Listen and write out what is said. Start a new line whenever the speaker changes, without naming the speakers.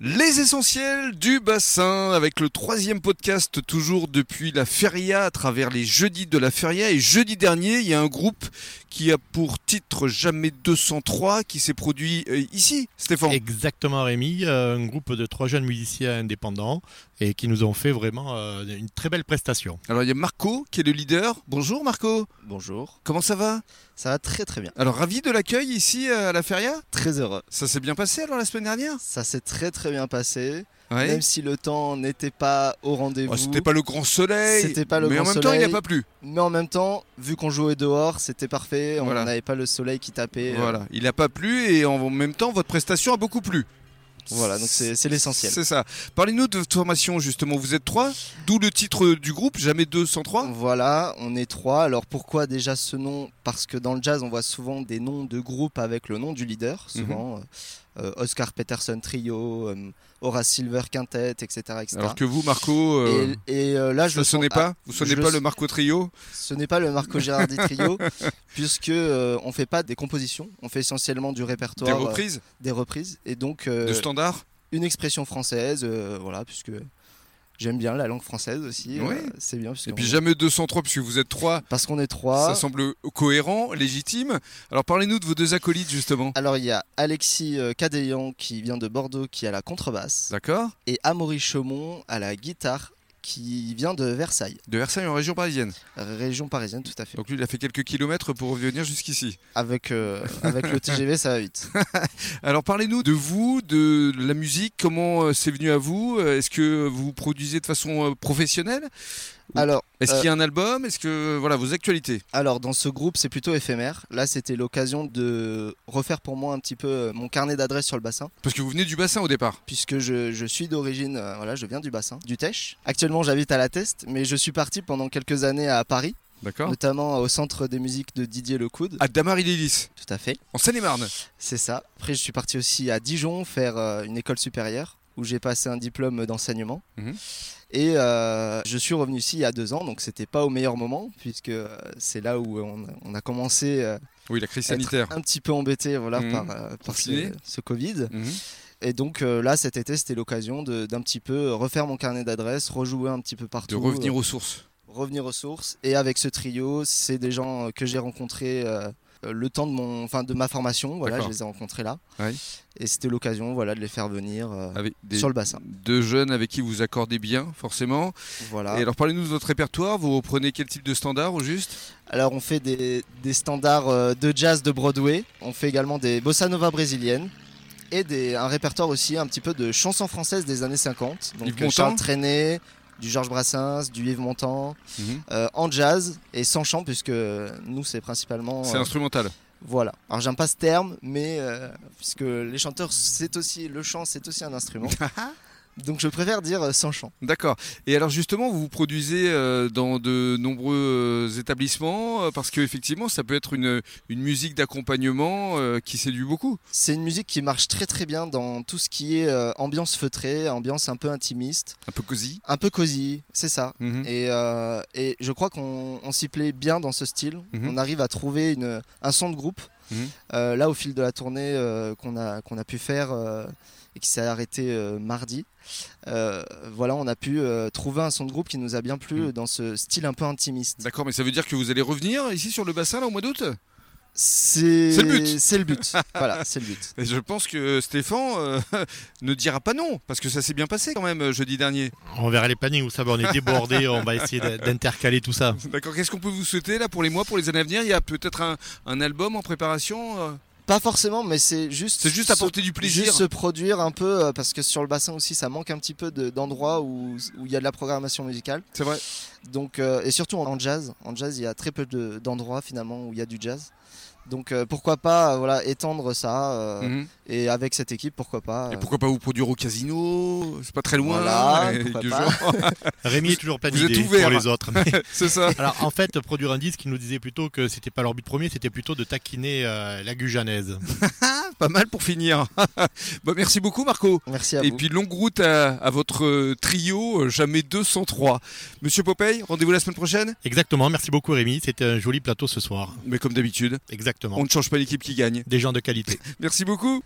Les essentiels du bassin avec le troisième podcast toujours depuis la Feria à travers les jeudis de la Feria et jeudi dernier il y a un groupe qui a pour titre Jamais 203 qui s'est produit euh, ici Stéphane.
Exactement Rémi, euh, un groupe de trois jeunes musiciens indépendants et qui nous ont fait vraiment euh, une très belle prestation.
Alors il y a Marco qui est le leader. Bonjour Marco,
Bonjour,
comment ça va
ça va très très bien,
Alors ravi de l'accueil ici euh, à la Feria
très heureux.
Ça s'est bien passé alors la semaine dernière
Ça s'est très très bien passé,
Ouais.
même si le temps n'était pas au rendez-vous.
Oh, C'était pas le grand soleil.
C'était pas le
mais en
grand
même temps il n'y a
soleil.
pas plu.
Mais en même temps, vu qu'on jouait dehors, c'était parfait, on
Voilà.
n'avait pas le soleil qui tapait. euh,
Voilà, il n'a pas plu et en même temps votre prestation a beaucoup plu.
voilà, donc c'est c'est l'essentiel.
C'est ça. Parlez-nous de votre formation justement. Vous êtes trois, d'où le titre euh, du groupe Jamais 203.
Voilà, on est trois. Alors pourquoi déjà ce nom Parce que dans le jazz, on voit souvent des noms de groupes avec le nom du leader,
Mhm.
souvent euh, euh, Oscar Peterson Trio, euh, Horace Silver Quintet, etc. etc.
Alors que vous, Marco, euh,
et, et, euh, là, je
vous ne
le
sonnez
sens-
pas. Vous sonnez
je
pas
le-
le Marco Trio.
Ce n'est pas le Marco Girardi Trio, puisque euh, on fait pas des compositions, on fait essentiellement du répertoire,
Des
euh,
reprises
des reprises, et donc euh,
de standard.
une expression française, euh, voilà, puisque j'aime bien la langue française aussi,
Ouais.
euh, c'est bien puisque
Et puis
on-
Jamais 203 puisque vous êtes trois.
parce qu'on est
Ça
trois.
semble cohérent, légitime. Alors parlez-nous de vos deux acolytes justement.
Alors il y a Alexis euh, Cadéian qui vient de Bordeaux, qui a la contrebasse,
D'accord.
et Amaury Chaumont à la guitare, qui vient de Versailles,
De Versailles en région parisienne.
région parisienne tout à fait.
Donc lui, il a fait quelques kilomètres pour revenir jusqu'ici.
Avec euh, avec le TGV, ça va vite.
Alors parlez-nous de vous, de la musique, comment euh, c'est venu à vous Euh, Est-ce que vous produisez de façon euh, professionnelle
Alors
Est-ce
Euh.
qu'il y a un album Est-ce que euh, voilà vos actualités
Alors dans ce groupe c'est plutôt éphémère. Là c'était l'occasion de refaire pour moi un petit peu euh, mon carnet d'adresses sur le bassin
Parce que vous venez du bassin au départ.
puisque je, je suis d'origine, euh, voilà je viens du bassin, du Teche. Actuellement j'habite à La Teste mais je suis parti pendant quelques années à Paris,
D'accord. Ah.
notamment euh, au centre des musiques de Didier Lecoude.
À Damary-Lélis,
Tout à fait,
en Seine-et-Marne.
c'est ça. Après je suis parti aussi à Dijon faire euh, une école supérieure où j'ai passé un diplôme d'enseignement.
Mhm.
Et euh, je suis revenu ici il y a deux ans, donc c'était pas au meilleur moment, puisque euh, c'est là où on, on a commencé euh,
Oui, la crise sanitaire.
être un petit peu embêté voilà,
Mhm.
par, euh, par
Confiné.
ce, ce Covid.
Mhm.
Et donc euh, là, cet été, c'était l'occasion de- d'un petit peu refaire mon carnet d'adresses, rejouer un petit peu
De
partout.
revenir
euh,
aux sources.
revenir aux sources. Et avec ce trio, c'est des gens euh, que j'ai rencontrés euh, euh, le temps de, mon, enfin, de ma formation. Voilà, je
D'accord.
les ai rencontrés là.
Ouais.
Et c'était l'occasion voilà, de les faire venir euh,
Avec des
sur le bassin.
deux jeunes avec qui vous accordez bien, forcément.
Voilà.
Et alors parlez-nous de votre répertoire. Vous reprenez quel type de standard au juste
Alors on fait des, des standards euh, de jazz de Broadway, on fait également des bossa nova brésiliennes et des, un répertoire aussi un petit peu de chansons françaises des années 50. Donc
Yves
euh, Charles
Montand
Trenet, du Georges Brassens, du Yves Montand,
Mhm.
euh, en jazz et sans chant puisque nous c'est principalement...
C'est
euh,
instrumental.
voilà. Alors j'aime pas ce terme mais euh, puisque les chanteurs c'est aussi... Le chant c'est aussi un instrument. Donc je préfère dire euh, sans chant.
D'accord. Et alors justement, vous vous produisez euh, dans de nombreux euh, établissements euh, parce que effectivement, ça peut être une, une musique d'accompagnement euh, qui séduit beaucoup.
C'est une musique qui marche très très bien dans tout ce qui est euh, ambiance feutrée, ambiance un peu intimiste,
Un peu cosy.
un peu cosy, c'est ça.
Mhm.
Et, euh, et je crois qu'on on s'y plaît bien dans ce style.
Mhm.
On arrive à trouver une, un son de groupe.
Mhm.
Euh, là, au fil de la tournée euh, qu'on a, qu'on a pu faire euh, et qui s'est arrêtée euh, mardi, euh, voilà, on a pu euh, trouver un son de groupe qui nous a bien plu
Mhm.
dans ce style un peu intimiste.
D'accord, mais ça veut dire que vous allez revenir ici sur le bassin là au mois d'août
C'est
C'est le but.
C'est le but. voilà, c'est le but.
Et je pense que Stéphane euh, ne dira pas non, parce que ça s'est bien passé quand même euh, jeudi dernier.
On verra les plannings, vous savez, on est débordé, on va essayer d'in- d'intercaler tout ça.
D'accord, qu'est-ce qu'on peut vous souhaiter là pour les mois, pour les années à venir Il y a peut-être un, un album en préparation euh,
Pas forcément, mais c'est juste.
C'est juste
ce-
apporter du plaisir.
Juste se produire un peu, euh, parce que sur le bassin aussi, ça manque un petit peu de- d'endroits où où il y a de la programmation musicale.
C'est vrai.
Donc, euh, et surtout en jazz. En jazz, il y a très peu de- d'endroits finalement où il y a du jazz. Donc euh, pourquoi pas euh, voilà, étendre ça euh,
Mhm.
et avec cette équipe, pourquoi pas.
Et
euh,
pourquoi pas vous produire au casino C'est pas très loin.
Voilà,
et
pourquoi
du
pas.
genre.
Rémi est toujours plein
vous êtes
d'idées
ouvert.
pour les autres. mais-
C'est ça.
Alors en fait, produire un disque, il nous disait plutôt que c'était pas leur but premier, c'était plutôt de taquiner euh, la Gujanaise.
Ah, pas mal pour finir. Bah, merci beaucoup Marco.
Merci à
Et
vous.
puis longue route à, à votre euh, trio euh, Jamais 203. Monsieur Popeye, rendez-vous la semaine prochaine
Exactement, merci beaucoup Rémi, c'était un joli plateau ce soir.
Mais comme d'habitude,
Exactement.
on ne change pas l'équipe qui gagne.
Des gens de qualité.
Merci beaucoup.